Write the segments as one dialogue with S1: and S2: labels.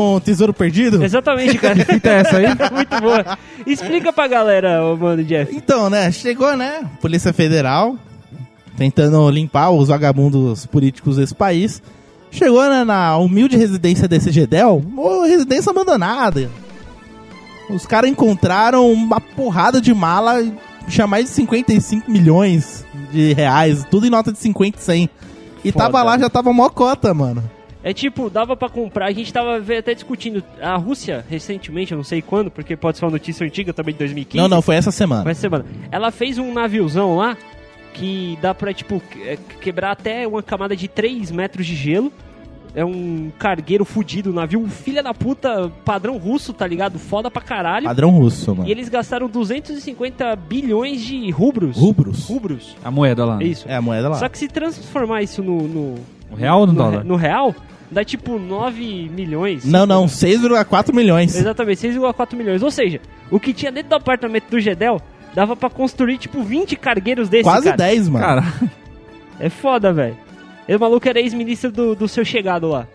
S1: um tesouro perdido?
S2: Exatamente, cara.
S3: Que fita é essa aí?
S2: Muito boa. Explica pra galera, ô, mano, Jeff.
S1: Então, né, chegou, né, Polícia Federal, tentando limpar os vagabundos políticos desse país. Chegou né, na humilde residência desse Gedel, uma residência abandonada. Os caras encontraram uma porrada de mala, tinha mais de 55 milhões de reais, tudo em nota de 50 e 100. E
S2: Foda.
S1: tava lá, já tava mó cota, mano.
S2: É tipo, dava pra comprar, a gente tava ve- até discutindo. A Rússia, recentemente, eu não sei quando, porque pode ser uma notícia antiga também de 2015.
S1: Não, não, foi essa semana.
S2: Mas semana. Ela fez um naviozão lá que dá pra, tipo, que- é, quebrar até uma camada de 3 metros de gelo. É um cargueiro fudido, um navio filha da puta, padrão russo, tá ligado? Foda pra caralho.
S1: Padrão russo, mano.
S2: E eles gastaram 250 bilhões de rubros.
S1: Rubros.
S2: Rubros.
S3: A moeda lá.
S2: É
S3: né?
S2: isso.
S1: É a moeda lá.
S2: Só que se transformar isso no. no
S3: O real ou no
S2: no
S3: dólar?
S2: re- no real, dá tipo 9 milhões.
S1: Não, não, 6,4 milhões.
S2: Exatamente, 6,4 milhões. Ou seja, o que tinha dentro do apartamento do Gedel dava pra construir tipo 20 cargueiros desses.
S1: Quase
S2: cara.
S1: 10, mano.
S3: Cara,
S2: É foda, velho. Esse maluco era ex-ministro do, do seu chegado lá,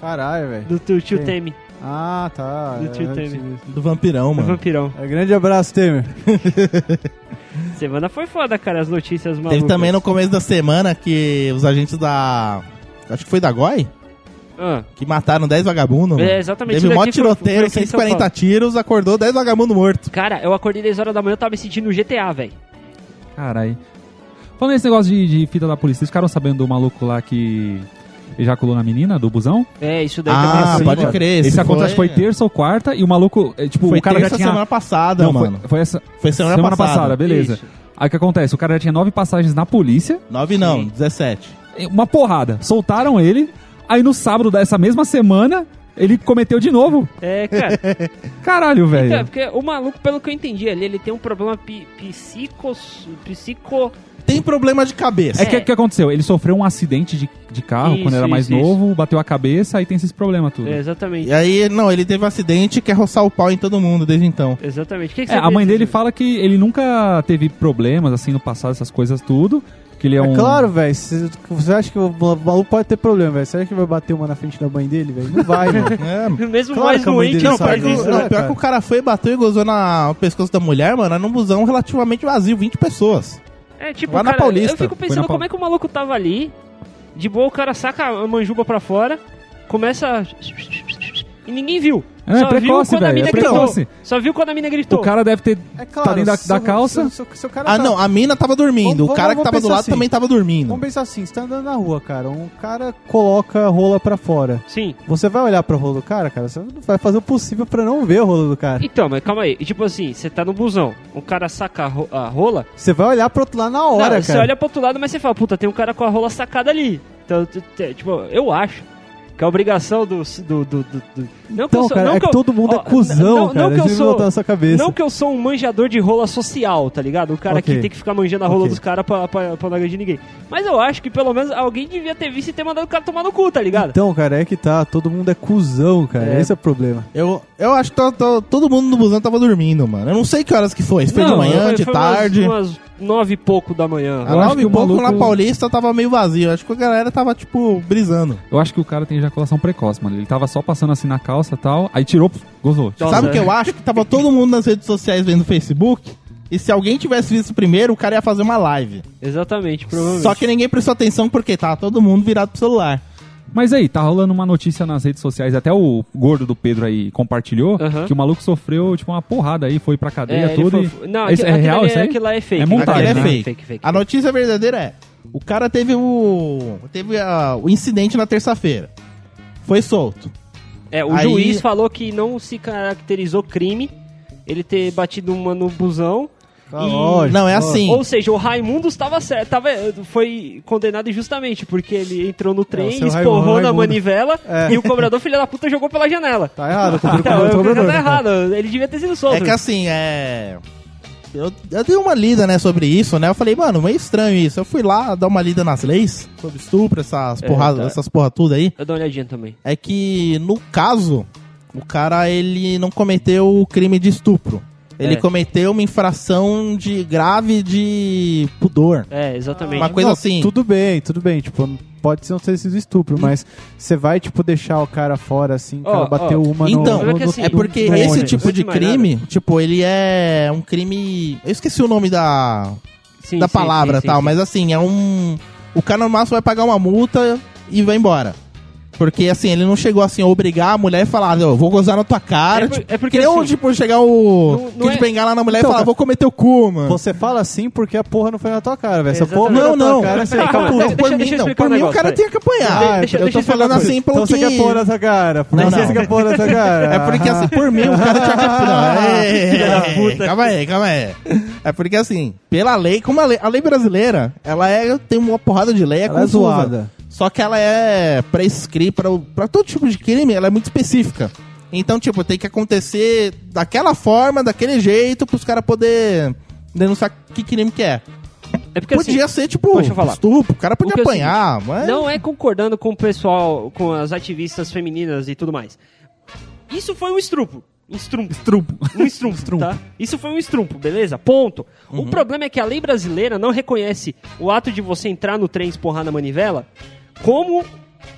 S4: Caralho, velho.
S2: do teu tio
S4: Sim.
S2: Temer,
S4: Ah, tá.
S2: Do
S4: É,
S2: tio
S4: é,
S2: Temer.
S1: Do vampirão,
S2: do
S1: mano.
S2: vampirão.
S4: é, grande abraço, Temer.
S2: Semana foi foda, cara, as notícias malucas.
S1: Teve também no começo da semana que os agentes da. Acho que foi da GOI?
S2: Ah,
S1: Que mataram 10 vagabundos. mano.
S2: É, exatamente,
S1: Teve um
S2: isso
S1: maior
S2: daqui foi- foi
S1: tiroteio,
S2: aqui em São
S1: 140
S2: Paulo.
S1: tiros, acordou 10 vagabundos mortos.
S2: cara, eu acordei 10 horas da manhã, eu tava me sentindo um no GTA, velho.
S3: Caralho. Falando nesse negócio de, de fita da polícia, vocês ficaram sabendo do maluco lá que ejaculou na menina, do busão?
S2: É, isso daí também
S1: Ah,
S2: é
S3: sim,
S1: pode
S3: mano.
S1: crer.
S3: Esse, acontece foi terça ou quarta, e o maluco, é, tipo,
S1: Foi
S3: o cara já
S1: terça
S3: tinha...
S1: semana passada,
S3: Não,
S1: mano.
S3: Foi, foi essa
S1: Foi, semana, passada.
S3: beleza.
S2: Isso.
S3: Aí o que acontece? O cara já tinha nove passagens na polícia,
S1: 9 não, 17.
S3: uma porrada. Soltaram ele, aí no sábado dessa mesma semana, ele cometeu de novo.
S2: É, cara.
S3: Caralho, velho.
S2: É, porque o maluco, pelo que eu entendi ali, ele tem um problema pi psico... psico...
S1: Tem problema de cabeça.
S3: É que o
S2: É.
S3: que aconteceu? Ele sofreu um acidente de, de carro
S2: Isso,
S3: quando era mais
S2: isso, isso.
S3: novo, bateu a cabeça, aí tem esses problemas tudo.
S2: É,
S3: É,
S2: exatamente.
S1: E aí, não, ele teve um acidente e quer roçar o pau em todo mundo desde então.
S2: Exatamente. O Que que você
S3: É, a mãe
S2: pensa,
S3: dele
S2: Ju?
S3: fala que ele nunca teve problemas assim no passado, essas coisas tudo. Que ele é,
S4: É
S3: um.
S4: claro, velho. cê- Você acha que o maluco pode ter problema, velho? Será que vai bater uma na frente da mãe dele, velho? Não vai, mano.
S1: É,
S2: Mesmo
S4: Claro
S2: mais
S4: que a mãe
S2: doente,
S4: dele
S2: não
S4: sabe.
S2: faz isso,
S1: não, pior
S2: né?
S4: cara?
S1: que o cara foi, bateu e gozou na, no pescoço da mulher, mano, era num busão relativamente vazio, 20 pessoas.
S2: É, tipo,
S1: Lá na
S2: cara,
S1: Paulista.
S2: eu fico
S3: Foi na
S2: pensando
S3: Paul-
S2: como é que o maluco tava ali, de boa, o cara saca a manjuba pra fora, começa... a- E ninguém viu.
S3: É,
S2: só
S3: precoce,
S2: viu quando a
S3: velho,
S2: mina
S3: é
S2: gritou.
S3: precoce.
S2: Só viu quando a mina
S3: O
S2: gritou.
S3: cara deve ter.
S4: É
S3: Tá dentro da-
S4: se-
S3: da calça?
S4: se- se- se o cara
S1: Ah,
S4: tá-
S1: não, a mina tava dormindo,
S4: Vamos-
S1: o cara
S4: vamos-
S1: que tava
S4: vamos
S1: do lado
S4: pensar
S1: também tava dormindo.
S4: Vamos pensar assim, você tá andando na rua, cara. Um cara coloca a rola pra fora.
S2: Sim.
S4: Você vai olhar pro rolo do cara, cara? Você vai fazer o possível pra não ver o rolo do cara.
S2: Então, mas calma aí. E, Tipo assim, você tá no busão, o cara saca a ro- a rola,
S4: Você vai olhar pro outro lado na hora,
S2: Não,
S4: cara.
S2: Você olha pro outro lado, mas você fala, puta, tem um cara com a rola sacada ali. Então, tu- tu- tipo, eu acho que a obrigação do. do, do, do- do- Não que eu
S4: Então,
S2: sou-
S4: cara,
S2: não
S4: é que,
S2: eu-
S4: todo mundo
S2: ó,
S4: é cuzão,
S2: não- não
S4: cara. tá
S2: que eu
S4: Isso
S2: sou-
S4: botar na sua cabeça.
S2: Não que eu sou um manjador de rola social, tá ligado? O cara
S4: Ok.
S2: que tem que ficar manjando a rola
S4: Ok.
S2: dos caras pra, pra, pra não agredir ninguém. Mas eu acho que pelo menos alguém devia ter visto e ter mandado o cara tomar no cu, tá ligado?
S4: Então, cara, é que tá. Todo mundo é cuzão, cara.
S2: É.
S4: Esse é o problema.
S1: Eu, eu acho que to- to- todo mundo no busão tava dormindo, mano. Eu não sei que horas que foi. Se foi de
S3: Não,
S1: manhã,
S2: foi,
S1: de
S2: foi umas-
S1: tarde. Ah.
S2: Umas, nove e pouco da manhã.
S1: A
S3: Eu acho
S1: nove
S3: que
S1: e
S3: o
S1: pouco
S3: maluco-
S1: na Paulista tava meio vazio. Acho que a galera tava, tipo, brisando.
S3: Eu acho que o cara tem ejaculação precoce, mano. Ele tava só passando assim na calça e tal, aí tirou, pf, gozou.
S2: Nossa,
S1: Sabe o
S2: é.
S1: que eu acho? Que tava todo mundo nas redes sociais vendo no Facebook. E se alguém tivesse visto primeiro, o cara ia fazer uma live.
S2: Exatamente, provavelmente.
S1: Só que ninguém prestou atenção porque tava todo mundo virado pro celular.
S3: Mas aí, tá rolando uma notícia nas redes sociais, até o gordo do Pedro aí compartilhou,
S2: Aham.
S3: que o maluco sofreu, tipo, uma porrada aí, foi pra
S2: É,
S3: cadeia,
S2: ele
S3: tudo.
S2: foi-
S3: e-
S2: Não,
S3: Esse-
S2: aquilo,
S3: é real isso aí?
S2: aquilo lá é fake.
S3: É montagem,
S2: Aquilo
S1: né?
S2: é fake,
S1: Fake.
S2: fake, fake.
S1: A notícia verdadeira é: o cara teve o. Teve ah, o incidente na terça-feira. Foi solto.
S2: É, o
S1: Aí-
S2: juiz falou que não se caracterizou crime ele ter batido uma no busão.
S4: Ah,
S2: E-
S4: lógico,
S1: Não, é
S4: lógico.
S1: assim.
S2: Ou seja, o Raimundo estava certo, tava, foi condenado injustamente, porque ele entrou no
S4: É, o
S2: trem,
S4: seu
S2: esporrou
S4: Raimundo-
S2: na
S4: Raimundo.
S2: manivela
S4: É.
S2: e o cobrador, filho da puta, jogou pela janela.
S4: Tá errado. Tá
S2: Então, o cobrador tá errado, ele devia ter sido solto.
S1: É que assim, é. Eu, eu dei uma lida, né, sobre isso, né? Eu falei, mano, meio estranho isso. Eu fui lá dar uma lida nas leis sobre estupro, essas
S2: É,
S1: porradas,
S2: tá.
S1: essas porra tudo aí.
S2: Eu dou uma olhadinha também.
S1: É que, no caso, o cara, ele não cometeu o crime de estupro. Ele
S2: É.
S1: cometeu uma infração de grave de pudor.
S2: É, exatamente.
S1: Uma coisa assim.
S4: Tudo bem, tudo bem. Tipo, pode não ter sido estupro, mas você vai, tipo, deixar o cara fora, assim, o
S2: Ó,
S4: cara
S2: ó.
S4: bateu uma no-
S1: Então,
S4: no,
S2: é que
S4: no-
S2: assim,
S4: no-
S1: É porque
S4: no
S1: esse
S4: ônibus.
S1: tipo de
S2: Antes de mais
S1: crime, tipo, ele é um crime. Eu esqueci o nome da,
S2: Sim,
S1: da
S2: sim,
S1: palavra
S2: sim, sim,
S1: tal,
S2: sim.
S1: mas assim, é um. O cara no máximo vai pagar uma multa e vai embora. Porque assim, ele não chegou assim a obrigar a mulher e falar, eu vou gozar na tua cara.
S2: É por-
S1: tipo,
S2: é porque,
S1: que nem
S2: assim,
S1: um, tipo, chegar o.
S2: não- não
S1: Kid Bengala
S2: é-
S1: na mulher e
S4: Então,
S1: falar,
S4: cara,
S1: vou comer teu cu, mano.
S4: Você fala assim porque a porra não foi na tua cara, velho. Essa porra
S2: Exatamente.
S4: foi
S1: Não,
S4: na tua
S1: não.
S4: cara, você
S1: Peraí,
S4: fica
S2: calma,
S4: puto.
S1: Não,
S2: deixa-
S1: por
S2: deixa eu
S1: mim,
S2: explicar
S1: não.
S2: um
S1: Por mim, o
S2: negócio,
S1: cara
S2: peraí.
S1: tinha que apanhar.
S4: Ah,
S2: deixa- deixa
S4: eu tô
S2: eu
S4: falando
S2: explicar uma
S4: assim
S1: coisa.
S4: pelo
S1: Então você
S4: que...
S1: quer pôr na
S4: tua cara.
S1: Não,
S4: você
S1: não.
S4: quer pôr na tua cara.
S1: É porque assim, por mim, o cara tinha que apanhar. É,
S2: Filha da puta.
S1: Calma aí, calma aí. É porque assim, pela lei, como a lei, a lei brasileira, ela é, tem uma porrada de lei, é
S4: Ela é
S1: confusa.
S4: zoada.
S1: Só que ela é prescrita pra, o- pra todo tipo de crime, ela é muito específica. Então, tipo, tem que acontecer daquela forma, daquele jeito, pros caras poder denunciar que crime que é.
S2: É porque, assim,
S1: podia ser, tipo,
S2: deixa eu falar.
S1: estupro, o cara podia
S2: O que é o
S1: apanhar, mas...
S2: Não é concordando com o pessoal, com as ativistas femininas e tudo mais. Isso foi um estrupo. Estrumpo. Estrumpo. Um estrumpo, tá? Isso foi um estrumpo, beleza? Ponto.
S4: Uhum.
S2: O problema é que a lei brasileira não reconhece o ato de você entrar no trem e esporrar na manivela como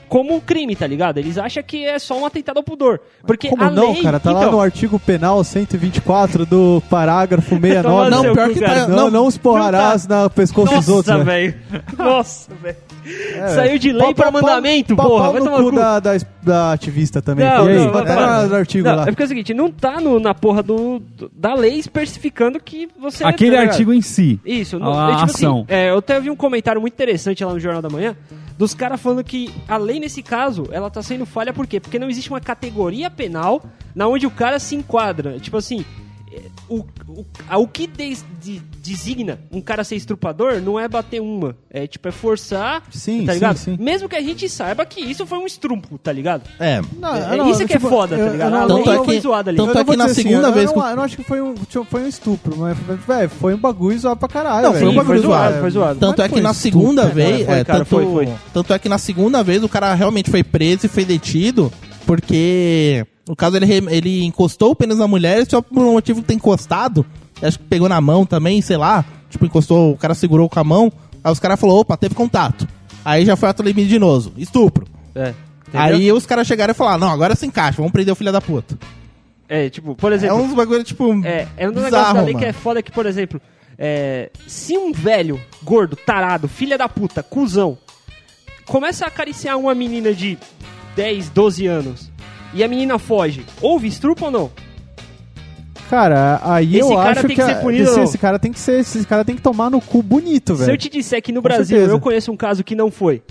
S2: como um crime, tá ligado? Eles acham que é só um atentado ao pudor. Porque a
S4: Como não,
S2: lei...
S4: cara? Tá lá
S2: Então,
S4: no artigo penal 124 do
S2: Tá
S4: parágrafo 69.
S2: Não,
S4: não,
S2: pior que tá-
S4: não, não, não os porrarás na pescoço dos outros.
S2: Nossa,
S4: né?
S2: velho. Nossa, velho.
S4: É,
S2: Saiu de lei
S4: Pau-
S2: pra
S4: pau- pau-
S2: mandamento,
S4: pau-
S2: porra.
S4: pau
S2: Vai
S4: no
S2: tomar no
S4: cu
S2: cu.
S4: da, da, da ativista também.
S2: Não,
S4: E aí?
S2: não,
S4: Vai
S2: não,
S4: parar
S2: não.
S4: no artigo
S2: Não,
S4: lá.
S2: é porque é o seguinte, não tá no- na porra do, do- da lei especificando que você...
S3: Aquele
S2: tá ligado?
S3: artigo em si.
S2: Isso.
S3: A
S2: é
S4: Ah,
S2: tipo
S3: ação.
S2: Assim, é, eu até vi um comentário muito interessante lá no Jornal da Manhã, dos caras falando que a lei, nesse caso, ela tá sendo falha por quê? Porque não existe uma categoria penal na onde o cara se enquadra. Tipo assim... é, O, o, a- o que des- de- designa um cara ser estrupador não é bater uma. É tipo, é forçar.
S4: Sim,
S2: tá
S4: sim,
S2: ligado?
S4: sim.
S2: Mesmo que a gente saiba que isso foi um estrumpo, tá ligado?
S1: É,
S2: É, isso é
S4: tipo,
S2: que é foda, tá ligado? A
S1: não-
S2: lei
S1: Tanto é
S2: foi
S1: que-
S2: zoada ali.
S1: tanto- é
S4: vou
S1: que na
S4: dizer assim,
S1: segunda
S4: eu-
S1: vez
S4: Eu
S1: que
S4: não,
S1: eu-
S4: eu não acho que foi um, tipo, foi um estupro, mas, velho, foi um bagulho zoado pra caralho.
S1: Não,
S4: velho.
S1: foi um
S4: Foi
S1: bagulho zoado,
S4: velho.
S2: foi zoado.
S1: Tanto
S4: Mas
S1: é que
S4: foi né?
S1: na
S4: estúpido,
S1: segunda
S4: cara,
S1: vez.
S2: foi,
S1: é,
S2: cara,
S1: tanto,
S2: foi, foi.
S1: tanto é que na segunda vez o cara realmente foi preso e foi detido, porque. No caso, ele, re- ele encostou o pênis na mulher só por um motivo de ter encostado. Acho que pegou na mão também, sei lá. Tipo, encostou, o cara segurou com a mão. Aí os caras falaram, opa, teve contato. Aí já foi ato libidinoso, estupro.
S2: É.
S1: Aí os caras chegaram e falaram, não, agora se encaixa, vamos prender o filho da puta.
S2: É, tipo, por
S1: É
S2: exemplo.
S1: uns bagulho, tipo,
S2: É, é um negócio
S1: bizarro,
S2: da lei que
S1: mano.
S2: é foda que, por exemplo, é, se um velho, gordo, tarado, filha da puta, cuzão, começa a acariciar uma menina de 10, 12 anos e a menina foge, houve estrupa ou não?
S4: Cara, aí
S2: Esse
S4: eu
S2: cara
S4: acho
S2: tem que
S4: a-
S2: ser punido,
S4: esse,
S2: não?
S4: esse cara tem que ser, esse cara tem que tomar no cu bonito,
S2: Se eu
S4: velho.
S2: te disser que no
S4: Com
S2: Brasil
S4: certeza.
S2: eu conheço um caso que não foi,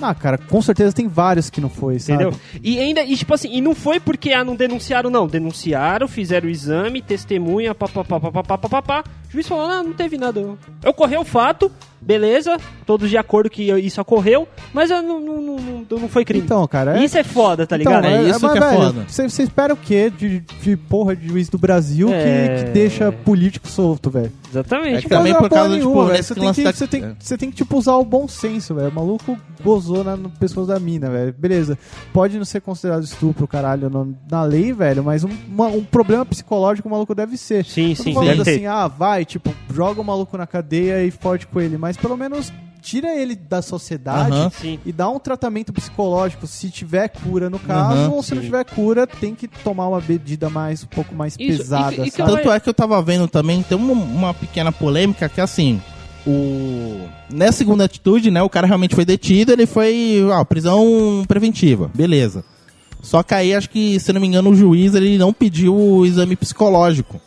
S4: Ah, cara, com certeza tem vários que não foi, sabe?
S2: entendeu? E ainda, e tipo assim, e não foi porque ah, não denunciaram, não. Denunciaram, fizeram o exame, testemunha, papapá, papapá, papapá. O juiz falou, ah, não teve nada, não. Ocorreu o fato, beleza, todos de acordo que isso ocorreu, mas ah, não, não, não, não, não foi crime.
S4: Então, cara, é-
S2: Isso é foda, tá
S4: Então,
S2: ligado?
S1: é
S4: mas-
S1: isso
S4: mas,
S1: que é
S4: velho,
S1: foda.
S4: Você você espera o quê de, de porra de juiz do Brasil que-
S2: É.
S4: que, deixa político solto, velho?
S2: Exatamente.
S1: É que também
S4: Não
S1: por
S4: porra
S1: causa, tipo,
S4: velho.
S1: desse
S4: Você tem,
S1: lance
S4: que,
S1: da-
S4: você, tem,
S1: é.
S4: você tem que, tipo, usar o bom senso, velho. O maluco gozou na, no pescoço da mina, velho. Beleza. Pode não ser considerado estupro, caralho, no- na lei, velho, mas um, uma- um problema psicológico o maluco deve ser.
S2: Sim,
S4: Não tô
S2: sim,
S4: falando
S2: deve ter.
S4: assim, ah, vai, tipo, joga o maluco na cadeia e fode com ele, mas pelo menos tira ele da sociedade
S1: Aham.
S2: Sim.
S4: e dá um tratamento psicológico se tiver cura no caso,
S1: Aham,
S4: ou se não
S2: sim.
S4: tiver cura, tem que tomar uma bebida mais, um pouco mais
S2: Isso,
S4: pesada,
S2: isso- isso
S4: sabe?
S1: Tanto é que eu tava vendo também, tem uma, uma pequena polêmica que assim, o. Nessa segunda atitude, né, o cara realmente foi detido, ele foi. Ó, prisão preventiva, beleza. Só que aí acho que, se não me engano, o juiz ele não pediu o exame psicológico.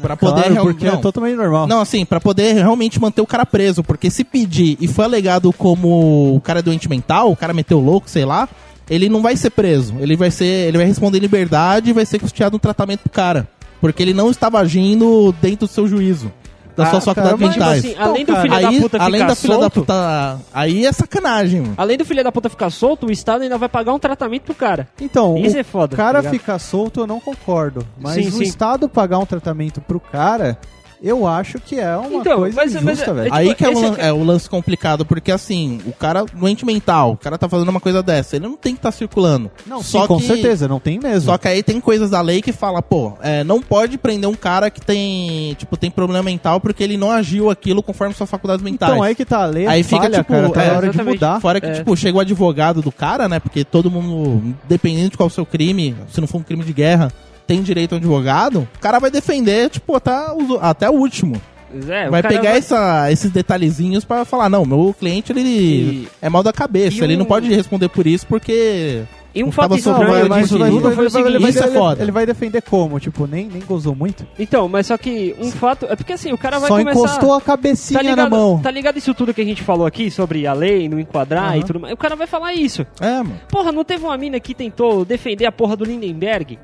S1: Pra poder
S4: Claro,
S1: real-
S4: porque é
S1: não.
S4: totalmente normal.
S1: Não, assim, pra poder realmente manter o cara preso. Porque se pedir e for alegado como o cara é doente mental, o cara meteu louco, sei lá, ele não vai ser preso. Ele vai ser. Ele vai responder em liberdade e vai ser custeado um tratamento pro cara. Porque ele não estava agindo dentro do seu juízo. Das
S4: Ah,
S1: suas faculdades
S4: cara, mas,
S1: mentais.
S2: assim, além do
S4: Então,
S2: filho
S1: aí,
S2: da puta ficar
S1: além da filha da
S2: solto,
S1: puta. Aí é sacanagem, mano.
S2: Além do filho da puta ficar solto, o Estado ainda vai pagar um tratamento pro cara.
S4: Então,
S2: Isso
S4: o
S2: é foda. tá
S4: cara
S2: ligado?
S4: ficar solto, eu não concordo. Mas
S2: Sim,
S4: o
S2: sim.
S4: Estado pagar um tratamento pro cara, Eu acho que é uma
S2: Então,
S4: coisa
S2: mas- mas-
S4: injusta, velho.
S2: tipo,
S1: Aí que é o,
S2: esse
S1: lan-
S2: é-
S1: é o lance complicado, porque assim, o cara, doente mental, o cara tá fazendo uma coisa dessa, ele não tem que estar circulando.
S4: Não,
S1: só
S4: sim, com
S1: que-
S4: certeza, não tem mesmo.
S1: Só que aí tem coisas da lei que fala, pô, é, não pode prender um cara que tem, tipo, tem problema mental porque ele não agiu aquilo conforme suas faculdades mentais.
S4: Então, aí que tá a lei,
S1: Aí fica,
S4: falha,
S1: tipo,
S4: cara, tá
S1: é,
S4: na hora de
S2: exatamente.
S4: mudar.
S1: Fora que,
S2: É.
S1: tipo, chega o advogado do cara, né? Porque todo mundo, dependendo de qual seu crime, se não for um crime de guerra, tem direito a um advogado, o cara vai defender, tipo, até o, até o último.
S2: É, o
S1: vai
S2: cara
S1: pegar essa- esses detalhezinhos pra falar, não, meu cliente, ele
S2: E-
S1: é mal da cabeça,
S2: e
S1: ele não
S2: um-
S1: pode responder por isso porque...
S2: E um
S1: Não
S2: fato
S1: tava
S2: estranho
S1: sobrando,
S2: disso
S1: mas isso vai-
S2: tudo foi o seguinte...
S1: vai- isso é
S4: ele,
S1: foda.
S4: Ele vai defender como? Tipo, nem, nem gozou muito?
S2: Então, mas só que um fato... É porque assim, o cara vai
S4: Só
S2: começar...
S4: encostou a
S2: Tá
S4: cabecinha na
S2: ligado,
S4: mão.
S2: tá ligado isso tudo que a gente falou aqui sobre a lei, não enquadrar e
S4: Aham.
S2: tudo mais? O cara vai falar isso.
S1: É, mano.
S2: Porra, não teve uma mina que tentou defender a porra do Lindenberg?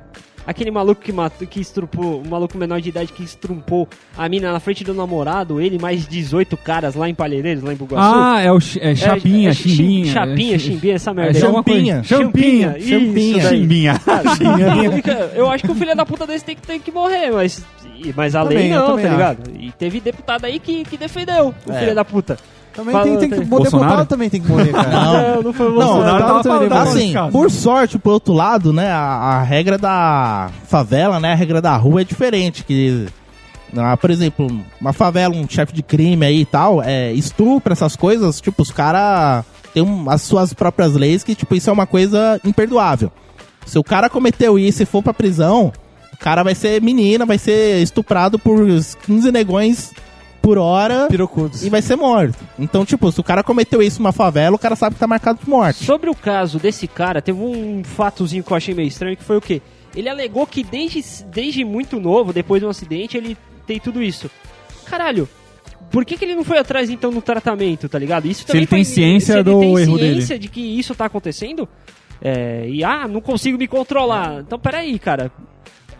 S2: Aquele maluco que matou, que estrupou, o maluco menor de idade que estrumpou a mina na frente do namorado, ele e mais 18 caras lá em Palheireiros, lá em Bugaçu.
S3: Ah, é o chi- é Chapinha,
S2: chi-
S3: Chimbinha.
S2: Chapinha,
S3: é-
S2: Chimbinha, essa merda.
S3: É,
S2: aí.
S3: chama
S1: Champinha.
S3: coisa- Champinha.
S2: Champinha, isso daí.
S3: Chimbinha.
S2: Cara, Eu acho que o filho da puta desse tem que, tem que morrer, mas, e- mas a
S4: Também,
S2: lei
S4: eu
S2: não, tá
S4: também
S2: ligado? E teve deputado aí que, que defendeu o
S1: É.
S2: filho da puta.
S4: Também
S2: Fala,
S4: tem, tem que...
S2: tem-
S4: O deputado
S3: Bolsonaro?
S4: também tem que morrer, cara.
S1: Não.
S2: não foi
S1: Não,
S2: você.
S4: Bolsonaro
S3: tava
S4: também
S3: falando
S4: morrer.
S3: assim.
S1: Assim,
S3: caso.
S1: por sorte, por outro lado, né, a, a regra da favela, né, a regra da rua é diferente, que ah, por exemplo, uma favela, um chefe de crime aí e tal, é, estupro, essas coisas, tipo, os caras têm um- as suas próprias leis que, tipo, isso é uma coisa imperdoável. Se o cara cometeu isso e for pra prisão, o cara vai ser menina, vai ser estuprado por 15 negões por hora
S4: Pirocudos.
S1: e vai ser morto. Então, tipo, se o cara cometeu isso numa favela, o cara sabe que tá marcado de morte.
S2: Sobre o caso desse cara, teve um fatozinho que eu achei meio estranho, que foi o quê? Ele alegou que desde, desde muito novo, depois de um acidente, ele tem tudo isso. Caralho, por que, que ele não foi atrás, então, no tratamento, tá ligado? Isso
S3: Se ele tem ciência
S2: se ele
S3: do
S2: tem
S3: erro
S2: ciência de que isso tá acontecendo, é, e, ah, não consigo me controlar. Então, peraí, cara.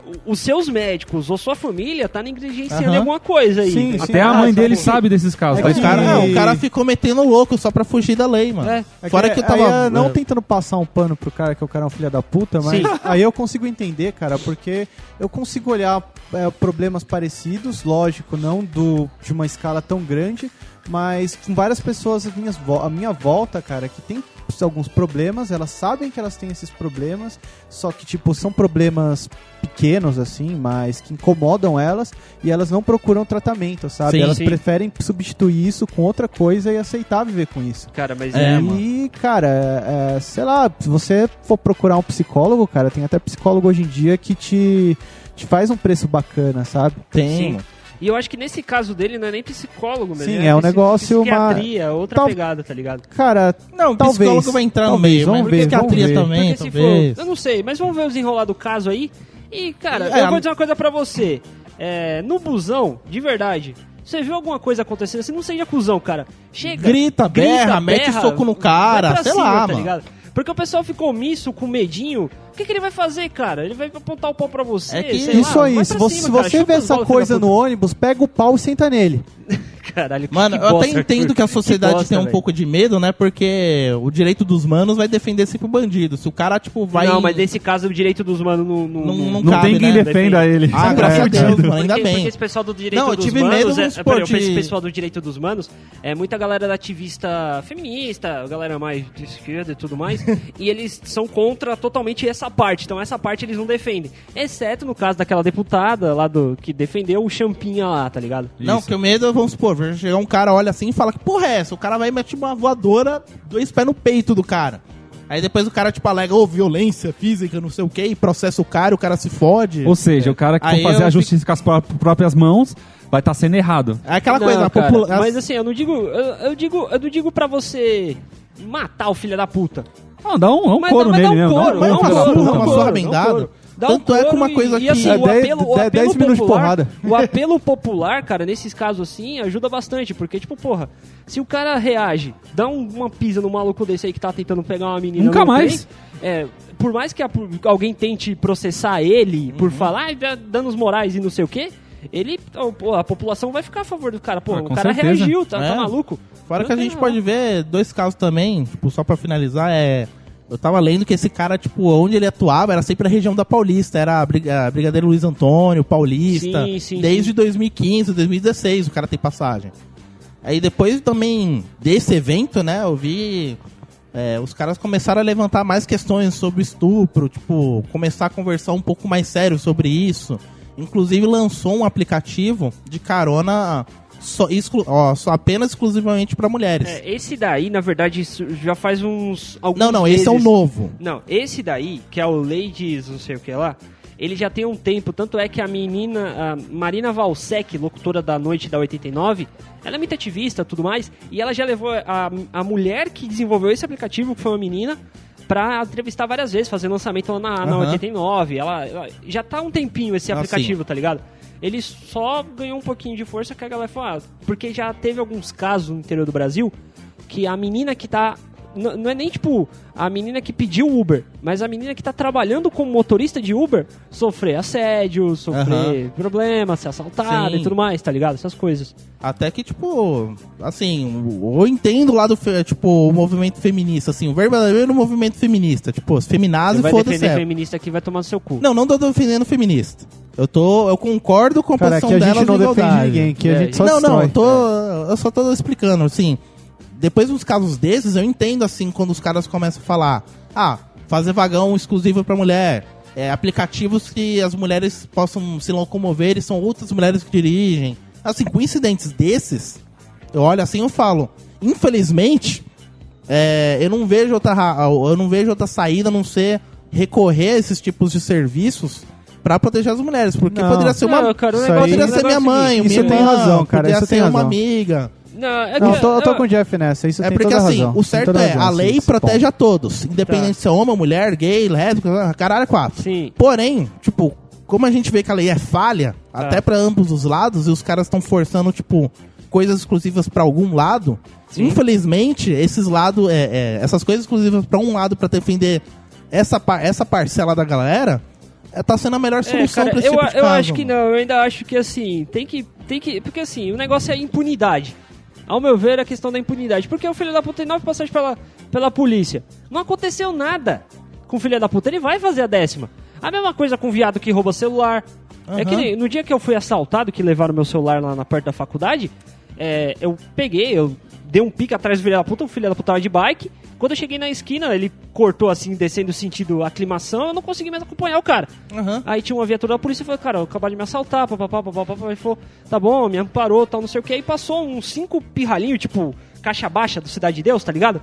S2: O- Os seus médicos ou sua família tá negligenciando
S1: Aham.
S2: alguma coisa aí.
S4: Sim,
S3: Até a
S4: Ah,
S3: mãe dele
S4: sabe.
S3: sabe desses casos.
S4: É
S1: Mas
S4: que-
S1: o cara,
S4: E-
S1: não, o cara ficou metendo louco só pra fugir da lei, mano.
S2: É.
S4: É
S1: Fora que eu
S4: aí
S1: tava.
S4: é não
S1: é,
S4: tentando passar um pano pro cara que o cara é um filho da puta, mas
S2: Sim.
S4: aí eu consigo entender, cara, porque eu consigo olhar é, problemas parecidos, lógico, não do, de uma escala tão grande, mas com várias pessoas à minha, à minha volta, cara, que tem alguns problemas, elas sabem que elas têm esses problemas, só que, tipo, são problemas pequenos, assim, mas que incomodam elas e elas não procuram tratamento, sabe?
S1: Sim,
S4: elas
S2: sim.
S4: preferem substituir isso com outra coisa e aceitar viver com isso.
S2: Cara, mas
S1: É,
S2: é,
S1: mano.
S4: E, cara, é, sei lá, se você for procurar um psicólogo, cara, tem até psicólogo hoje em dia que te, te faz um preço bacana, sabe?
S1: Tem.
S2: Sim. E eu acho que nesse caso dele não é nem psicólogo, mesmo.
S4: Sim, é um
S2: psi-
S4: negócio, uma-
S2: psiquiatria, outra
S4: Tal-
S2: pegada, tá ligado?
S4: Cara,
S1: Não,
S4: Talvez.
S1: o psicólogo vai entrar no
S4: Talvez,
S1: meio,
S4: vamos
S1: mas
S4: ver,
S1: psiquiatria
S4: vamos ver.
S1: também,
S2: Porque tipo, se
S1: talvez.
S2: for, eu não sei, mas vamos ver o desenrolar do caso aí. E, cara,
S1: É,
S2: eu vou
S1: a-
S2: dizer uma coisa pra você. É, no busão, de verdade, você viu alguma coisa acontecendo assim, não seja cuzão, cara. Chega.
S1: Grita, berra, mete
S2: berra,
S1: soco no
S2: vai
S1: cara,
S2: pra
S1: sei
S2: cima,
S1: lá,
S2: tá
S1: mano.
S2: ligado? Porque o pessoal ficou omisso, com medinho. O que, que ele vai fazer, cara? Ele vai apontar o pau pra você,
S1: É que
S2: sei
S4: isso
S2: lá,
S4: aí,
S2: vai
S4: se
S2: pra
S4: você,
S2: cima,
S4: se
S2: cara,
S4: você
S2: chupa
S4: vê
S2: as
S4: essa
S2: bolas, filha
S4: coisa
S2: da
S4: no ônibus, pega o pau e senta nele.
S2: puta. Caralho, que
S1: Mano,
S2: que
S1: eu
S2: bosta,
S1: até entendo que a sociedade
S2: bosta,
S1: tem um
S2: velho.
S1: pouco de medo, né? Porque o direito dos manos vai defender sempre o bandido. Se o cara, tipo, vai.
S2: Não, mas nesse caso, o direito dos humanos não... não-
S1: Não- não
S3: Não
S1: cabe,
S3: tem quem
S1: né?
S3: defenda ele. É.
S1: Ah, graças a Deus, mano, ainda
S2: é porque,
S1: bem.
S2: Porque esse pessoal do direito
S1: Não, eu
S2: dos
S1: tive
S2: manos,
S1: medo,
S2: é,
S1: vamos
S2: é,
S1: supor,
S2: peraí, eu penso
S1: de-
S2: esse pessoal do direito dos manos, é muita galera da ativista feminista, galera mais de esquerda e tudo mais, e eles são contra totalmente essa parte. Então essa parte eles não defendem, exceto no caso daquela deputada lá do que defendeu o champinha lá, tá ligado?
S1: Não,
S3: Isso.
S1: porque o medo, vamos supor, vai chegar um cara, olha assim e fala que porra é essa? O cara vai e mete uma voadora, dois pés no peito do cara. Aí depois o cara, tipo, alega, ô, violência física, não sei o quê, e processa o cara, o cara se fode.
S3: Ou seja, o cara que
S1: Aí
S3: for fazer
S1: eu
S3: a justiça com as pró- próprias mãos vai estar sendo errado.
S1: É aquela
S2: Não,
S1: coisa, a
S2: cara,
S1: popula-
S2: Mas assim, eu não digo, eu, eu digo, eu não digo para você matar o filho da puta.
S3: Não, dá um, dá um
S2: Mas
S3: couro
S2: dá- mas
S3: nele
S2: dá um
S3: mesmo.
S2: couro,
S3: dá um
S1: dá um
S3: filho da
S1: couro,
S3: puta,
S1: dá uma
S3: mano.
S1: surra bem dada.
S2: Dá um
S1: Tanto é que uma
S2: couro
S1: coisa
S2: e,
S1: que-
S2: E assim,
S1: É
S2: o
S4: dez-
S2: apelo, o
S4: dez- dez
S2: apelo
S4: minutos de
S2: popular,
S4: porrada.
S2: O apelo popular, cara, nesses casos assim, ajuda bastante. Porque, tipo, porra, se o cara reage, dá um- uma pisa no maluco desse aí que tá tentando pegar uma menina.
S3: Nunca
S2: no trem,
S3: mais.
S2: é, por mais que a- por- alguém tente processar ele
S1: Uhum.
S2: por falar "Ai, dá- danos morais e não sei o quê, ele, pô, a população vai ficar a favor do cara. Pô,
S3: Ah,
S2: o
S3: com
S2: cara
S3: certeza.
S2: reagiu, tá, tá
S1: É.
S2: maluco?
S1: Fora
S2: Não
S1: que a
S2: tem
S1: gente
S2: nada.
S1: pode ver dois casos também, tipo, só pra finalizar, é Eu tava lendo que esse cara, tipo, onde ele atuava era sempre a região da Paulista. Era a Briga- a Brigadeiro Luiz Antônio, Paulista.
S2: Sim, sim,
S1: desde 2015, 2016 o cara tem passagem. Aí depois também desse evento, né, eu vi. é, os caras começaram a levantar mais questões sobre estupro, tipo, começar a conversar um pouco mais sério sobre isso. Inclusive lançou um aplicativo de carona só, exclu- ó, só apenas exclusivamente pra mulheres.
S2: É, esse daí, na verdade, isso já faz uns. alguns
S1: não, não, esse é o
S2: meses.
S1: novo.
S2: Não, esse daí, que é o Ladies não sei o que lá, ele já tem um tempo, tanto é que a menina, a Marina Valsec, locutora da noite da 89, ela é muito ativista e tudo mais, e ela já levou a, a mulher que desenvolveu esse aplicativo, que foi uma menina, pra entrevistar várias vezes, fazer lançamento lá na, na
S1: Aham.
S2: 89, ela, ela- já tá há um tempinho esse
S1: Ah,
S2: aplicativo, tá ligado? Ele só ganhou um pouquinho de força que a galera falou, ah, porque já teve alguns casos no interior do Brasil que a menina que tá. n- Não é nem tipo a menina que pediu Uber, mas a menina que tá trabalhando como motorista de Uber sofrer assédio, sofrer problemas, ser assaltada
S1: Sim.
S2: e tudo mais, tá ligado? Essas coisas.
S1: Até que, tipo, assim, eu entendo o lado, fe- tipo, o movimento feminista, assim, o verdadeiro movimento feminista. Tipo, as
S2: Você
S1: feminazes,
S2: vai
S1: foda-se.
S2: defender
S1: é.
S2: feminista que vai tomar no seu cu.
S1: Não, não tô defendendo feminista. Eu tô, eu concordo com a
S4: Cara,
S1: posição
S4: aqui a gente
S1: delas
S4: não
S1: de
S4: defende
S1: igualdade.
S4: ninguém, aqui
S2: É,
S4: a gente só
S1: não, não,
S4: destrói. é.
S1: eu, tô, eu só tô explicando, assim. Depois dos casos desses, eu entendo, assim, quando os caras começam a falar: ah, fazer vagão exclusivo pra mulher, é, aplicativos que as mulheres possam se locomover e são outras mulheres que dirigem. Assim, com incidentes desses, eu olho assim eu falo: infelizmente, é, eu, não vejo outra, ra- eu não vejo outra saída a não ser recorrer a esses tipos de serviços pra proteger as mulheres, porque
S4: Não.
S1: poderia ser é uma
S2: Não, cara, o
S4: isso
S2: negócio-
S4: aí-
S1: Poderia
S2: o
S1: ser minha
S2: negócio é o
S1: mãe,
S2: seguinte,
S4: Isso
S1: minha
S4: tem
S1: irmã,
S4: razão, cara,
S1: Poderia
S4: isso
S1: ser
S4: tem
S1: assim, é uma
S4: razão.
S1: amiga.
S2: Não, é
S4: Não,
S2: que-
S4: eu tô, eu tô
S2: não,
S4: com o Jeff nessa, isso
S1: é
S4: tem
S1: porque
S4: toda
S1: assim,
S4: razão.
S1: o
S4: tem
S1: certo
S4: toda
S1: é, a
S4: razão,
S1: lei
S4: Simples,
S1: protege
S4: ponto.
S1: a todos, independente se é homem, mulher, gay, lésbica, caralho, quatro.
S2: Sim.
S1: Porém, tipo, como a gente vê que a lei é falha, até pra ambos os lados, e os caras estão forçando, tipo, coisas exclusivas pra algum lado,
S2: Sim.
S1: infelizmente, esses lados, é, é, essas coisas exclusivas pra um lado pra defender essa, par- essa parcela da galera, é, tá sendo a melhor
S2: É,
S1: solução
S2: cara,
S1: pra esse
S2: eu,
S1: tipo de
S2: eu
S1: caso,
S2: acho que
S1: mano.
S2: não, eu ainda acho que assim, tem que. Tem que. Porque assim, o negócio é impunidade. Ao meu ver, é a questão da impunidade. Porque o filho da puta tem nove passagens pela, pela polícia. Não aconteceu nada com o filho da puta, ele vai fazer a décima. A mesma coisa com o viado que rouba celular. É que
S1: Aham.
S2: nem- no dia que eu fui assaltado, que levaram meu celular lá na parte da faculdade, é, eu peguei, eu dei um pique atrás do filho da puta, o filho da puta tava de bike. Quando eu cheguei na esquina, ele cortou assim, descendo sentido aclimação, eu não consegui mais acompanhar o cara.
S1: Aham.
S2: Aí tinha uma viatura da polícia e falou, cara, acabaram de me assaltar, papapá, papapá, papapá. Ele falou, tá bom, me amparou, tal, não sei o que. Aí passou uns cinco pirralhinhos, tipo, caixa baixa do Cidade de Deus, tá ligado?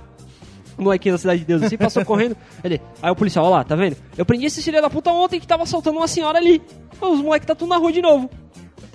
S2: O molequinho da Cidade de Deus, assim, passou correndo. Ele, aí o policial, ó lá, tá vendo? Eu prendi esse filho da puta ontem que tava assaltando uma senhora ali. Os moleques tá tudo na rua de novo.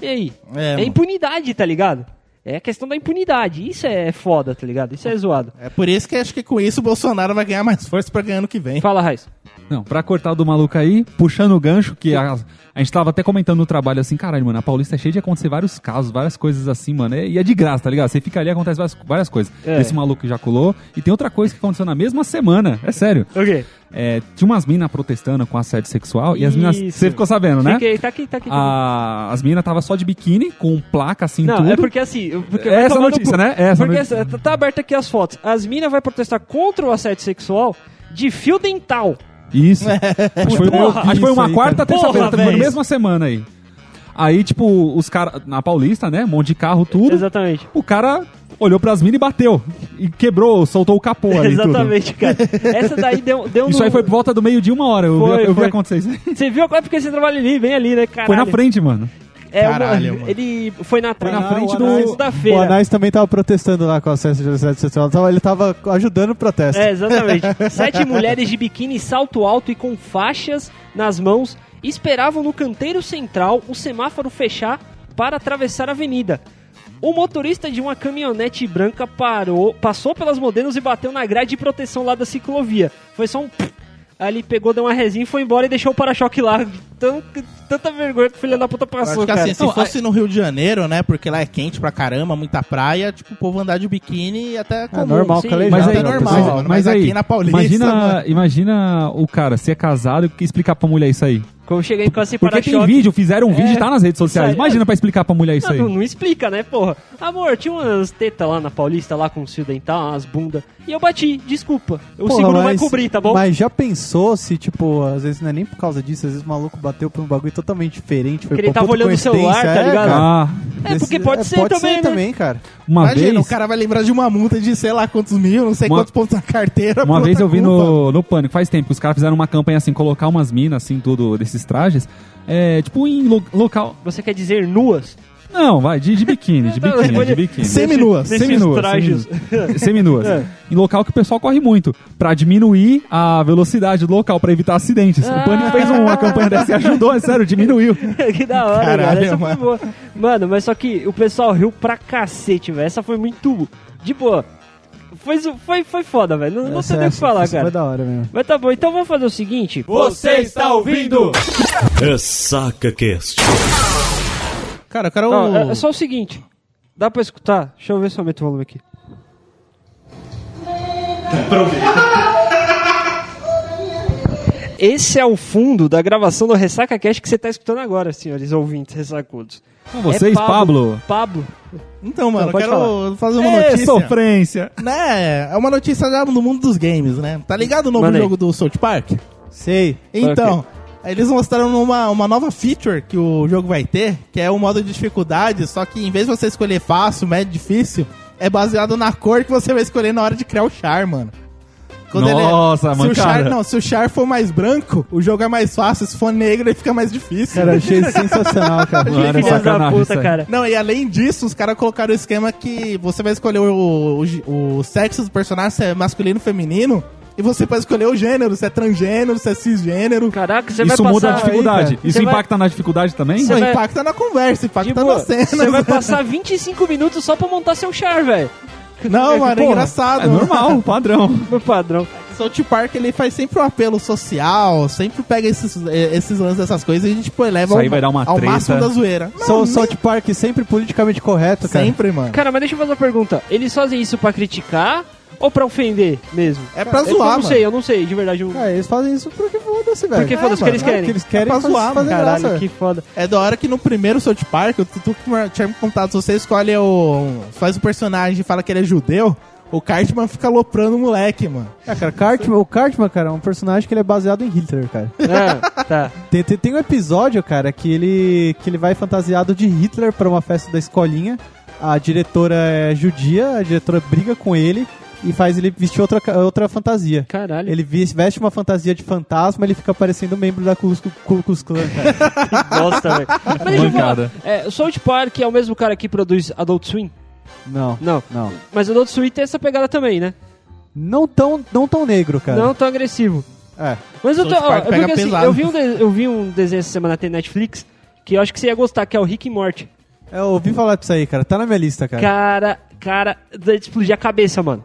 S2: E aí?
S1: É,
S2: É,
S1: mano.
S2: impunidade, tá ligado? É a questão da impunidade. Isso é foda, tá ligado? Isso é zoado.
S1: É por isso que acho que com isso o Bolsonaro vai ganhar mais força pra ganhar ano que vem.
S2: Fala, Raiz.
S3: Não, pra cortar o do maluco aí, puxando o gancho, que a, a gente tava até comentando no trabalho assim, caralho, mano, a Paulista é cheia de acontecer vários casos, várias coisas assim, mano. é- E é de graça, tá ligado? Você fica ali acontece várias, várias coisas.
S2: É.
S3: Esse maluco que já colou. E tem outra coisa que aconteceu na mesma semana, é sério.
S2: Ok.
S3: É, tinha umas minas protestando com assédio sexual e as minas.
S2: Isso.
S3: Você ficou sabendo, né?
S2: Fiquei, tá aqui, tá aqui.
S3: A- as minas tava só de biquíni, com placa assim,
S2: Não,
S3: tudo.
S2: é porque assim. eu- Porque
S3: É
S2: vai
S3: essa
S2: tomar no
S3: notícia,
S2: cu.
S3: né? É essa
S2: porque
S3: notícia.
S2: essa- tá- tá aberta aqui as fotos. As minas vai protestar contra o assédio sexual de fio dental.
S3: Isso. acho, que foi,
S2: É. Porra,
S3: acho que foi
S4: isso
S3: uma
S4: aí,
S3: quarta,
S4: cara.
S3: terça-feira,
S2: Porra,
S3: foi na
S2: velho.
S3: mesma semana aí. Aí, tipo, os caras. Na Paulista, né? Um monte de carro, tudo.
S2: Exatamente.
S3: O cara olhou pras minas e bateu. E quebrou, soltou o capô ali. tudo.
S2: Exatamente, cara. Essa daí deu, deu
S3: Isso
S2: no-
S3: aí foi por volta do meio-dia, uma hora. Eu,
S2: Foi,
S3: vi, eu vi
S2: foi.
S3: acontecer isso aí.
S2: Você viu agora porque você trabalha ali, bem ali, né, cara?
S3: Foi na frente, mano.
S2: É, uma-
S1: Caralho, mano.
S2: Ele foi na,
S3: Foi na
S4: Ah,
S3: frente
S4: o
S3: do-
S4: Anais- O
S2: Segunda-feira.
S4: Anais também tava protestando lá com a acesso de assédio sexual. tava- Ele tava ajudando o protesto.
S2: É, exatamente. Sete mulheres de biquíni salto alto e com faixas nas mãos esperavam no canteiro central o semáforo fechar para atravessar a avenida. O motorista de uma caminhonete branca parou, passou pelas modelos e bateu na grade de proteção lá da ciclovia. Foi só um... pff, Ali pegou, deu uma resinha, foi embora e deixou o para-choque lá tão- tanta vergonha que o filho da puta
S1: Eu
S2: passou,
S1: acho que
S2: cara.
S1: assim, se
S3: Não,
S2: é-
S1: fosse no Rio de Janeiro, né? Porque lá é quente pra caramba, muita praia, tipo, o povo andar de biquíni e
S2: É.
S1: até comum.
S4: normal,
S2: sim.
S4: calejado. né,
S1: Mas é
S3: aí-
S1: normal,
S3: mas-
S1: mano.
S3: mas
S1: Mas,
S3: aí,
S1: aqui na Paulista, mano,
S3: Imagina, imagina o cara ser casado e explicar pra mulher isso aí.
S2: Quando eu cheguei em casa sem
S3: Porque tem
S2: para-choque, É.
S3: vídeo, fizeram um vídeo e tá nas redes sociais.
S2: Isso aí.
S3: Imagina pra explicar pra mulher isso
S2: Ah,
S3: aí.
S2: Não, não explica, né, porra? Amor, tinha umas tetas lá na Paulista, lá com fio dental, umas bundas. E eu bati, desculpa. O
S4: Porra,
S2: seguro vai
S4: mas-
S2: cobrir, tá bom?
S4: Mas já pensou se, tipo, às vezes não é nem por causa disso, às vezes o maluco bateu por um bagulho totalmente diferente. Foi,
S2: Porque ele
S4: pô,
S2: tava
S4: puta
S2: olhando o celular,
S4: coincidência,
S2: tá
S4: é,
S2: ligado?
S4: cara.
S3: Ah,
S2: é, porque
S4: Desse-
S2: pode ser
S4: pode
S2: também,
S4: ser
S2: né?
S4: também, cara.
S3: uma
S1: Imagina,
S3: vez.
S1: o cara vai lembrar de uma multa de sei lá quantos mil, não sei
S3: Uma-
S1: quantos pontos na carteira.
S3: Uma
S1: por
S3: vez
S1: outra
S3: eu vi
S1: é culpa.
S3: no, no Pânico, faz tempo, que os caras fizeram uma campanha assim, colocar umas minas, assim, tudo, desses trajes, é, tipo em lo- local...
S2: Você quer dizer nuas?
S3: Não, vai, de, de biquíni, de
S2: Não,
S3: biquíni,
S2: pode-
S3: de biquíni.
S1: Seminuas.
S2: Nesses
S3: Seminuas,
S2: trajes.
S3: seminuas. Seminuas.
S2: É.
S3: Hum. Em local que o pessoal corre muito, pra diminuir a velocidade do local, pra evitar acidentes. O
S2: Ah.
S3: Pânico fez uma campanha dessa e ajudou, é sério, diminuiu.
S2: que da hora,
S1: Caralho,
S2: cara. Essa foi
S1: mano.
S2: boa. Mano, mas só que o pessoal riu pra cacete, velho. Essa foi muito. De boa. Foi, zo- foi, foi foda, velho. Não, não
S4: Essa-
S2: sabia
S4: é
S2: o que
S4: essa-
S2: falar,
S4: essa
S2: cara.
S4: Foi da hora mesmo.
S2: Mas tá bom, então vamos fazer o seguinte.
S5: Você está ouvindo? Ressaca Cast.
S1: Cara, eu quero.
S2: Não,
S3: Então,
S2: é, é só o seguinte. Dá pra escutar? Deixa eu ver se eu aumento o volume aqui. Esse é o fundo da gravação do Ressaca Cast que você tá escutando agora, senhores ouvintes ressacudos.
S3: Com vocês,
S2: É
S3: Pablo.
S2: Pablo.
S1: Então, mano,
S2: Não,
S1: eu
S2: pode
S1: quero fazer uma
S3: É,
S1: notícia.
S3: sofrência.
S1: Né? É uma notícia já no mundo dos games, né? Tá ligado o novo
S2: Manda aí.
S1: jogo do South Park?
S4: Sei.
S1: Então, eles mostraram uma, uma nova feature que o jogo vai ter, que é o modo de dificuldade, só que em vez de você escolher fácil, médio, difícil, é baseado na cor que você vai escolher na hora de criar o char, mano. é-
S3: Nossa,
S1: se
S3: mano,
S1: o char,
S3: cara.
S1: Não, se o char for mais branco, o jogo é mais fácil. Se for negro, ele fica mais difícil.
S4: Cara, eu achei sensacional, cara.
S3: Mano, é
S2: Filhas da
S3: sacanagem isso
S2: puta,
S3: aí.
S2: cara.
S1: Não, e além disso, os caras colocaram o esquema que você vai escolher o, o, o sexo do personagem, se é masculino ou feminino, e você pode escolher o gênero, se é transgênero, se é cisgênero.
S2: Caraca, você
S3: Isso
S2: vai
S3: muda a
S2: passar...
S3: dificuldade.
S2: cara.
S3: Isso
S2: Você vai-
S3: impacta na dificuldade também?
S2: Você
S1: Não,
S2: vai-
S1: impacta na conversa, impacta
S2: De boa,
S1: na cena.
S2: Você vai passar 25 minutos só pra montar seu char, velho.
S1: Não, mano, é
S2: Porra,
S1: engraçado.
S3: É normal, padrão.
S2: Meu padrão.
S1: South Park, ele faz sempre um apelo social, sempre pega esses, eh, esses lances, essas coisas, e a gente, pô, eleva
S3: Isso aí
S1: ao,
S3: vai dar uma
S1: ao
S3: treta.
S1: máximo da zoeira. Não,
S4: Sou
S1: nem
S4: South Park sempre politicamente correto, cara.
S1: sempre, mano.
S2: Cara, mas deixa eu fazer uma pergunta. Eles fazem isso pra criticar ou pra ofender mesmo?
S1: É pra
S2: eu não
S1: zoar, mano.
S2: sei, eu não sei, de verdade. Eu...
S4: Cara, eles fazem isso porque foda-se, velho.
S2: Porque
S4: É,
S2: foda-se o que
S4: mano,
S2: eles
S4: é
S2: querem.
S4: o que eles querem
S1: É pra
S4: faz-
S1: zoar,
S4: fazer
S2: Caralho,
S4: graça.
S2: que foda.
S1: É da hora que no primeiro South Park, o Tutu que tinha me contado, se você escolhe o... faz o personagem e fala que ele é judeu, o Cartman fica loprando o moleque, mano.
S4: É, cara, Cartman, o Cartman, cara, é um personagem que ele é baseado em Hitler, cara.
S2: É, tá.
S4: Tem, tem, tem um episódio, cara, que ele, que ele vai fantasiado de Hitler pra uma festa da escolinha. A diretora é judia, a diretora briga com ele e faz ele vestir outra, ca- outra fantasia.
S2: Caralho.
S4: Ele vis- veste uma fantasia de fantasma, ele fica parecendo um membro da Ku Klux- Ku Klux Klan, cara.
S2: Nossa, velho. Mas deixa eu falar.
S3: Mancada.
S2: É, o South Park é o mesmo cara que produz Adult Swim?
S4: Não,
S2: Não.
S4: não.
S2: Mas Adult Swim tem essa pegada também, né?
S4: Não tão, não tão negro, cara.
S2: Não tão agressivo.
S4: É.
S2: Mas eu tô.
S1: South
S2: Ó,
S1: Park
S2: é porque,
S1: pega
S2: assim,
S1: pesado.
S2: eu, vi um de- eu vi um desenho essa semana tem Netflix que eu acho que você ia gostar, que é o Rick e Morty.
S4: Eu ouvi falar disso aí, cara. Tá na minha lista, cara.
S2: Cara, cara, de explodir a cabeça, mano.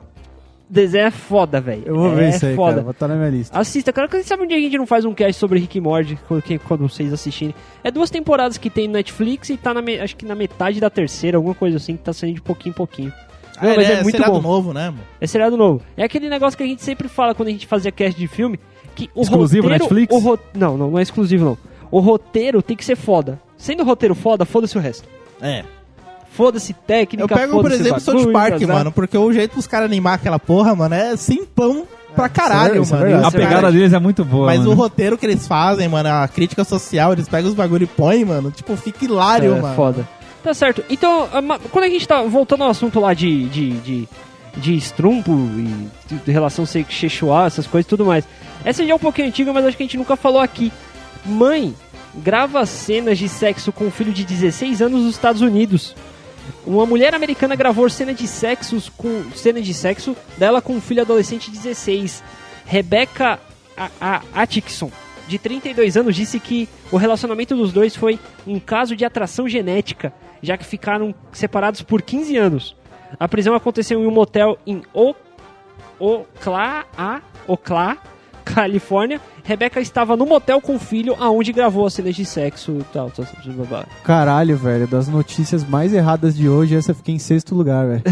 S2: Desenho é foda, velho.
S4: Eu vou
S2: é
S4: ver isso aí,
S2: foda.
S4: cara. Vou tá na minha lista.
S2: Assista, cara, que sabe um dia a gente não faz um cast sobre Rick e Morty quando, que- quando vocês assistirem. É duas temporadas que tem no Netflix e tá na, me- acho que na metade da terceira, alguma coisa assim, que tá saindo de pouquinho em pouquinho. Não, mas é, muito
S1: seriado
S2: bom.
S1: novo, né, mano?
S2: É seriado novo. É aquele negócio que a gente sempre fala quando a gente fazia cast de filme. Que o
S3: Exclusivo
S2: roteiro,
S3: Netflix?
S2: o ro- Não, não, não é exclusivo, não. O roteiro tem que ser foda. Sendo o roteiro foda, foda-se o resto.
S1: É.
S2: Foda-se técnica,
S1: Eu pego, por
S2: foda-se
S1: exemplo, South
S2: bagulho, é.
S1: Park,
S2: azar.
S1: mano, porque o jeito dos caras animar aquela porra, mano, é simpão pra caralho,
S4: isso é
S1: mano.
S4: verdade.
S1: E
S3: A
S1: os
S3: pegada
S1: caras-
S3: deles é muito boa,
S1: Mas
S3: mano.
S1: o roteiro que eles fazem, mano, a crítica social, eles pegam os bagulho e põem, mano, tipo, fica hilário,
S2: é,
S1: mano.
S2: foda. Tá certo. Então, a ma- quando a gente tá voltando ao assunto lá de, de, de, de estrumpo e de, de relação sexual, essas coisas e tudo mais. Essa já é um pouquinho antiga, mas acho que a gente nunca falou aqui. Mãe grava cenas de sexo com um filho de 16 anos nos Estados Unidos. Uma mulher americana gravou cena de sexos com cena de sexo dela com um filho adolescente de 16. Rebecca A- A- Atkinson, de 32 anos, disse que o relacionamento dos dois foi um caso de atração genética, já que ficaram separados por 15 anos. A prisão aconteceu em um motel em O- Ocla, A- Ocla, Califórnia, Rebeca estava no motel com o filho, aonde gravou as cenas de sexo e tal. tal, tal, blá, blá.
S4: Caralho, velho, das notícias mais erradas de hoje, essa eu fiquei em sexto lugar, velho.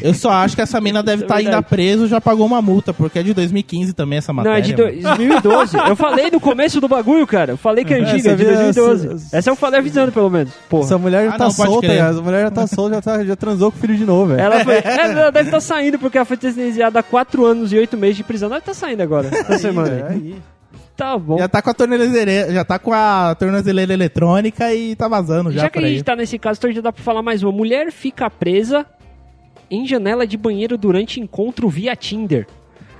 S1: Eu só acho que essa mina deve tá
S2: É
S1: estar ainda
S2: verdade.
S1: presa já pagou uma multa, porque é de 2015 também essa matéria.
S2: Não, é de
S1: mano.
S2: do- 2012. eu falei no começo do bagulho, cara. Eu falei que é antiga,
S4: Essa
S2: é de
S4: vida-
S2: 2012.
S4: essa-
S2: Essa eu falei avisando, pelo menos. Porra.
S4: Essa mulher já
S1: Ah,
S4: tá
S1: não, pode
S4: solta,
S1: crer.
S4: cara. essa mulher já tá solta, já, tá- já transou com o filho de novo, velho.
S2: Ela foi. é, ela deve estar saindo, porque ela foi sentenciada a 4 anos e 8 meses de prisão. Deve estar saindo agora, essa
S4: é,
S2: semana. aí. Tá bom.
S1: Já tá com a tornozeleira, já tá com a tornozeleira eletrônica e tá vazando já,
S2: Já que
S1: por
S2: a
S1: aí.
S2: gente tá nesse caso, então já dá pra falar mais uma. Mulher fica presa em janela de banheiro durante encontro via Tinder.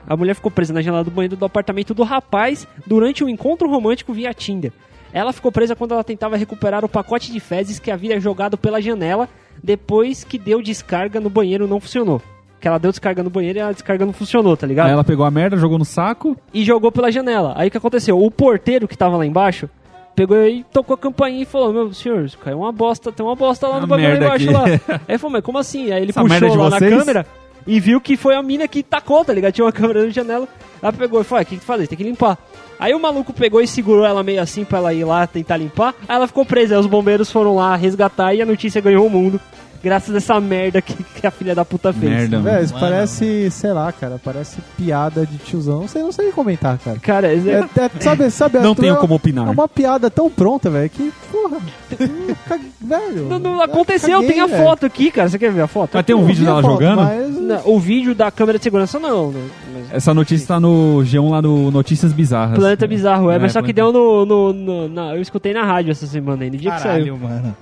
S2: A mulher ficou presa na janela do banheiro do apartamento do rapaz durante um encontro romântico via Tinder. Ela ficou presa quando ela tentava recuperar o pacote de fezes que havia jogado pela janela depois que deu descarga no banheiro não funcionou. Que ela deu descarga no banheiro e a descarga não funcionou, tá ligado?
S3: Aí ela pegou a merda, jogou no saco.
S2: e jogou pela janela. Aí o que aconteceu? O porteiro que tava lá embaixo pegou e tocou a campainha e falou: Meu senhor, isso caiu uma bosta, tem uma bosta lá
S3: Uma
S2: no bagulho
S3: merda
S2: embaixo lá.
S3: aqui.
S2: Aí ele falou: Mas como assim? Aí ele
S3: Essa merda é
S2: puxou
S3: de
S2: lá
S3: vocês?
S2: na câmera e viu que foi a mina que tacou, tá ligado? Tinha uma câmera na janela. Ela pegou e falou: "Ah, O que, que tu faz? Tem que limpar. Aí o maluco pegou e segurou ela meio assim pra ela ir lá tentar limpar. Aí ela ficou presa. Aí os bombeiros foram lá resgatar e a notícia ganhou o mundo. Graças a essa merda que, que a filha da puta fez.
S3: Merda, mano.
S4: Velho, isso
S1: Mano.
S4: parece, sei lá, cara, parece piada de tiozão. Não sei, não sei comentar, cara.
S2: Cara, isso é-
S4: É, é- sabe, sabe,
S3: Não
S4: é-
S3: tenho
S4: é-
S3: como
S4: É
S3: opinar.
S4: uma piada tão pronta, velho, que, porra, hum, ca- velho.
S2: não, não aconteceu,
S4: caguei,
S2: tem a
S4: velho.
S2: foto aqui, cara. Você quer ver a foto?
S3: Mas tem um
S4: Eu
S3: vídeo
S4: vi a
S3: dela
S4: foto,
S3: jogando?
S4: mas-
S2: Não, o vídeo da câmera de segurança não, né? Mas
S3: Essa notícia tá no G1 lá no Notícias Bizarras.
S2: Planeta Bizarro, é,
S3: É,
S2: mas só que
S3: Planeta-
S2: deu no, no- no- na- Eu escutei na rádio essa semana aí, no dia que
S1: Caralho,
S2: saiu.
S1: mano.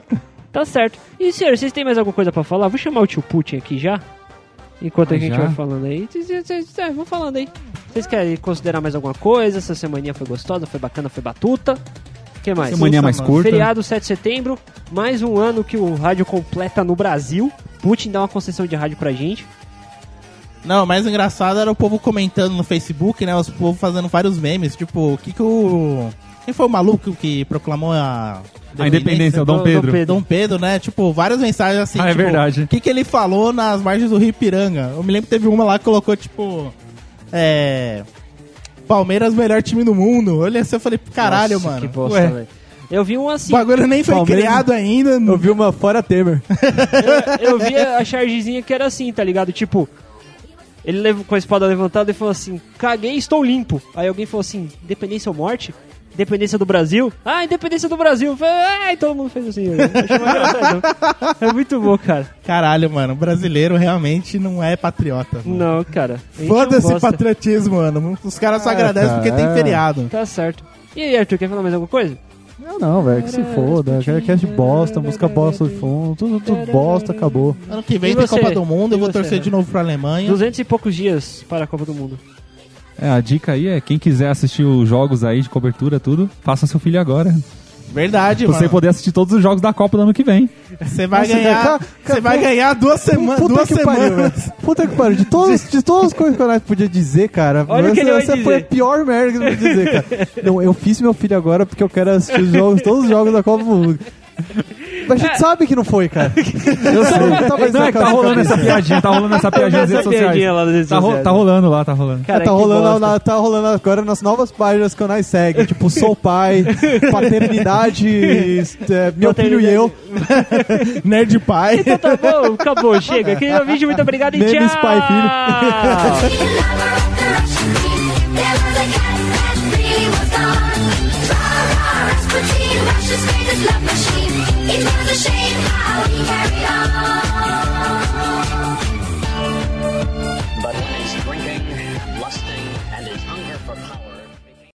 S2: Tá certo. E senhor, vocês têm mais alguma coisa pra falar? Vou chamar o tio Putin aqui já. Enquanto
S3: Ah,
S2: a gente
S3: já?
S2: vai falando aí. Vocês- vocês- vocês- É, vão falando aí. Vocês querem considerar mais alguma coisa? Essa semaninha foi gostosa, foi bacana, foi batuta. O que mais?
S3: Semaninha mais
S1: Sussa, mano.
S3: curta.
S2: Feriado 7 de setembro, mais um ano que o rádio completa no Brasil. Putin dá uma concessão de rádio pra gente.
S1: Não, o mais engraçado era o povo comentando no Facebook, né? Os povo fazendo vários memes, tipo, o que que o... Quem foi o maluco que proclamou a...
S3: A independência, o Dom
S2: Dom
S3: Pedro.
S2: Pedro.
S1: Dom Pedro, né? Tipo, várias mensagens assim,
S3: Ah, é
S1: tipo,
S3: verdade.
S1: o que que ele falou nas margens do Rio Ipiranga? Eu me lembro que teve uma lá que colocou, tipo, é... Palmeiras, melhor time do mundo. Olha assim, eu falei, caralho,
S2: Nossa,
S1: mano.
S2: Que bosta,
S1: Ué,
S2: velho. Eu vi um
S1: o
S2: assim.
S1: bagulho nem foi
S4: Palmeiras-
S1: criado ainda.
S4: Eu vi uma fora Temer.
S2: Eu vi a chargezinha que era assim, tá ligado? Tipo, ele levou com a espada levantada e falou assim: caguei, estou limpo. Aí alguém falou assim: independência ou morte? Independência do Brasil? Ah, independência do Brasil! Eu falei, "Ah", e todo mundo fez assim. eu achei mais engraçado. É muito bom, cara.
S1: Caralho, mano, brasileiro realmente não é patriota. mano.
S2: Não, cara. a gente é um
S1: Foda-se
S2: bosta.
S1: patriotismo, mano. Os caras só
S4: É,
S1: agradecem porque
S4: cara,
S1: tem
S4: é.
S1: feriado.
S2: Tá certo. E aí, Arthur, quer falar mais alguma coisa?
S4: Não, não, velho, que se foda. Quero cast bosta, música bosta de fundo, tudo, tudo bosta, acabou.
S1: Ano que vem
S2: E
S1: tem
S2: você?
S1: Copa do Mundo,
S2: E
S1: eu vou
S2: você,
S1: torcer
S2: né?
S1: de novo pra Alemanha.
S2: Duzentos e poucos dias para a Copa do Mundo.
S3: É, a dica aí é quem quiser assistir os jogos aí de cobertura, tudo, faça seu filho agora.
S1: Verdade,
S3: Pra você
S1: mano.
S3: poder assistir todos os jogos da Copa do ano que vem.
S1: Você vai
S4: Nossa,
S1: ganhar.
S4: cara,
S1: Você vai ganhar duas semanas.
S4: Puta
S1: Duas
S4: que pariu,
S1: semanas.
S4: velho. Puta que pariu. De, todos, de todas as coisas que o Renato podia dizer, cara,
S2: Olha o que
S4: essa,
S2: ele vai
S4: essa
S2: dizer.
S4: foi a pior merda que ele podia dizer, cara. Não, eu fiz meu filho agora porque eu quero assistir os jogos, todos os jogos da Copa do Mundo. Mas a gente sabe que não foi, cara. Eu sei. Tá, mas
S3: Não, é que tá rolando essa piadinha, tá rolando essa piadinha nas redes
S2: Essa piadinha
S3: sociais.
S2: lá nas redes
S3: Tá, ro-
S2: sociais.
S3: tá rolando lá, tá rolando.
S2: Cara,
S4: tá,
S2: que
S4: rolando
S2: bosta.
S4: na- tá rolando agora nas novas páginas que o Nai segue, tipo Sou Pai, Paternidade, é, Meu Filho e Eu,
S1: Nerd pai.
S2: Então tá bom, acabou, chega. Aqui é o vídeo, muito obrigado e
S4: Memes,
S2: tchau.
S4: pai e
S6: It was a shame how he carried on.
S7: but when his drinking, lusting, and his hunger for power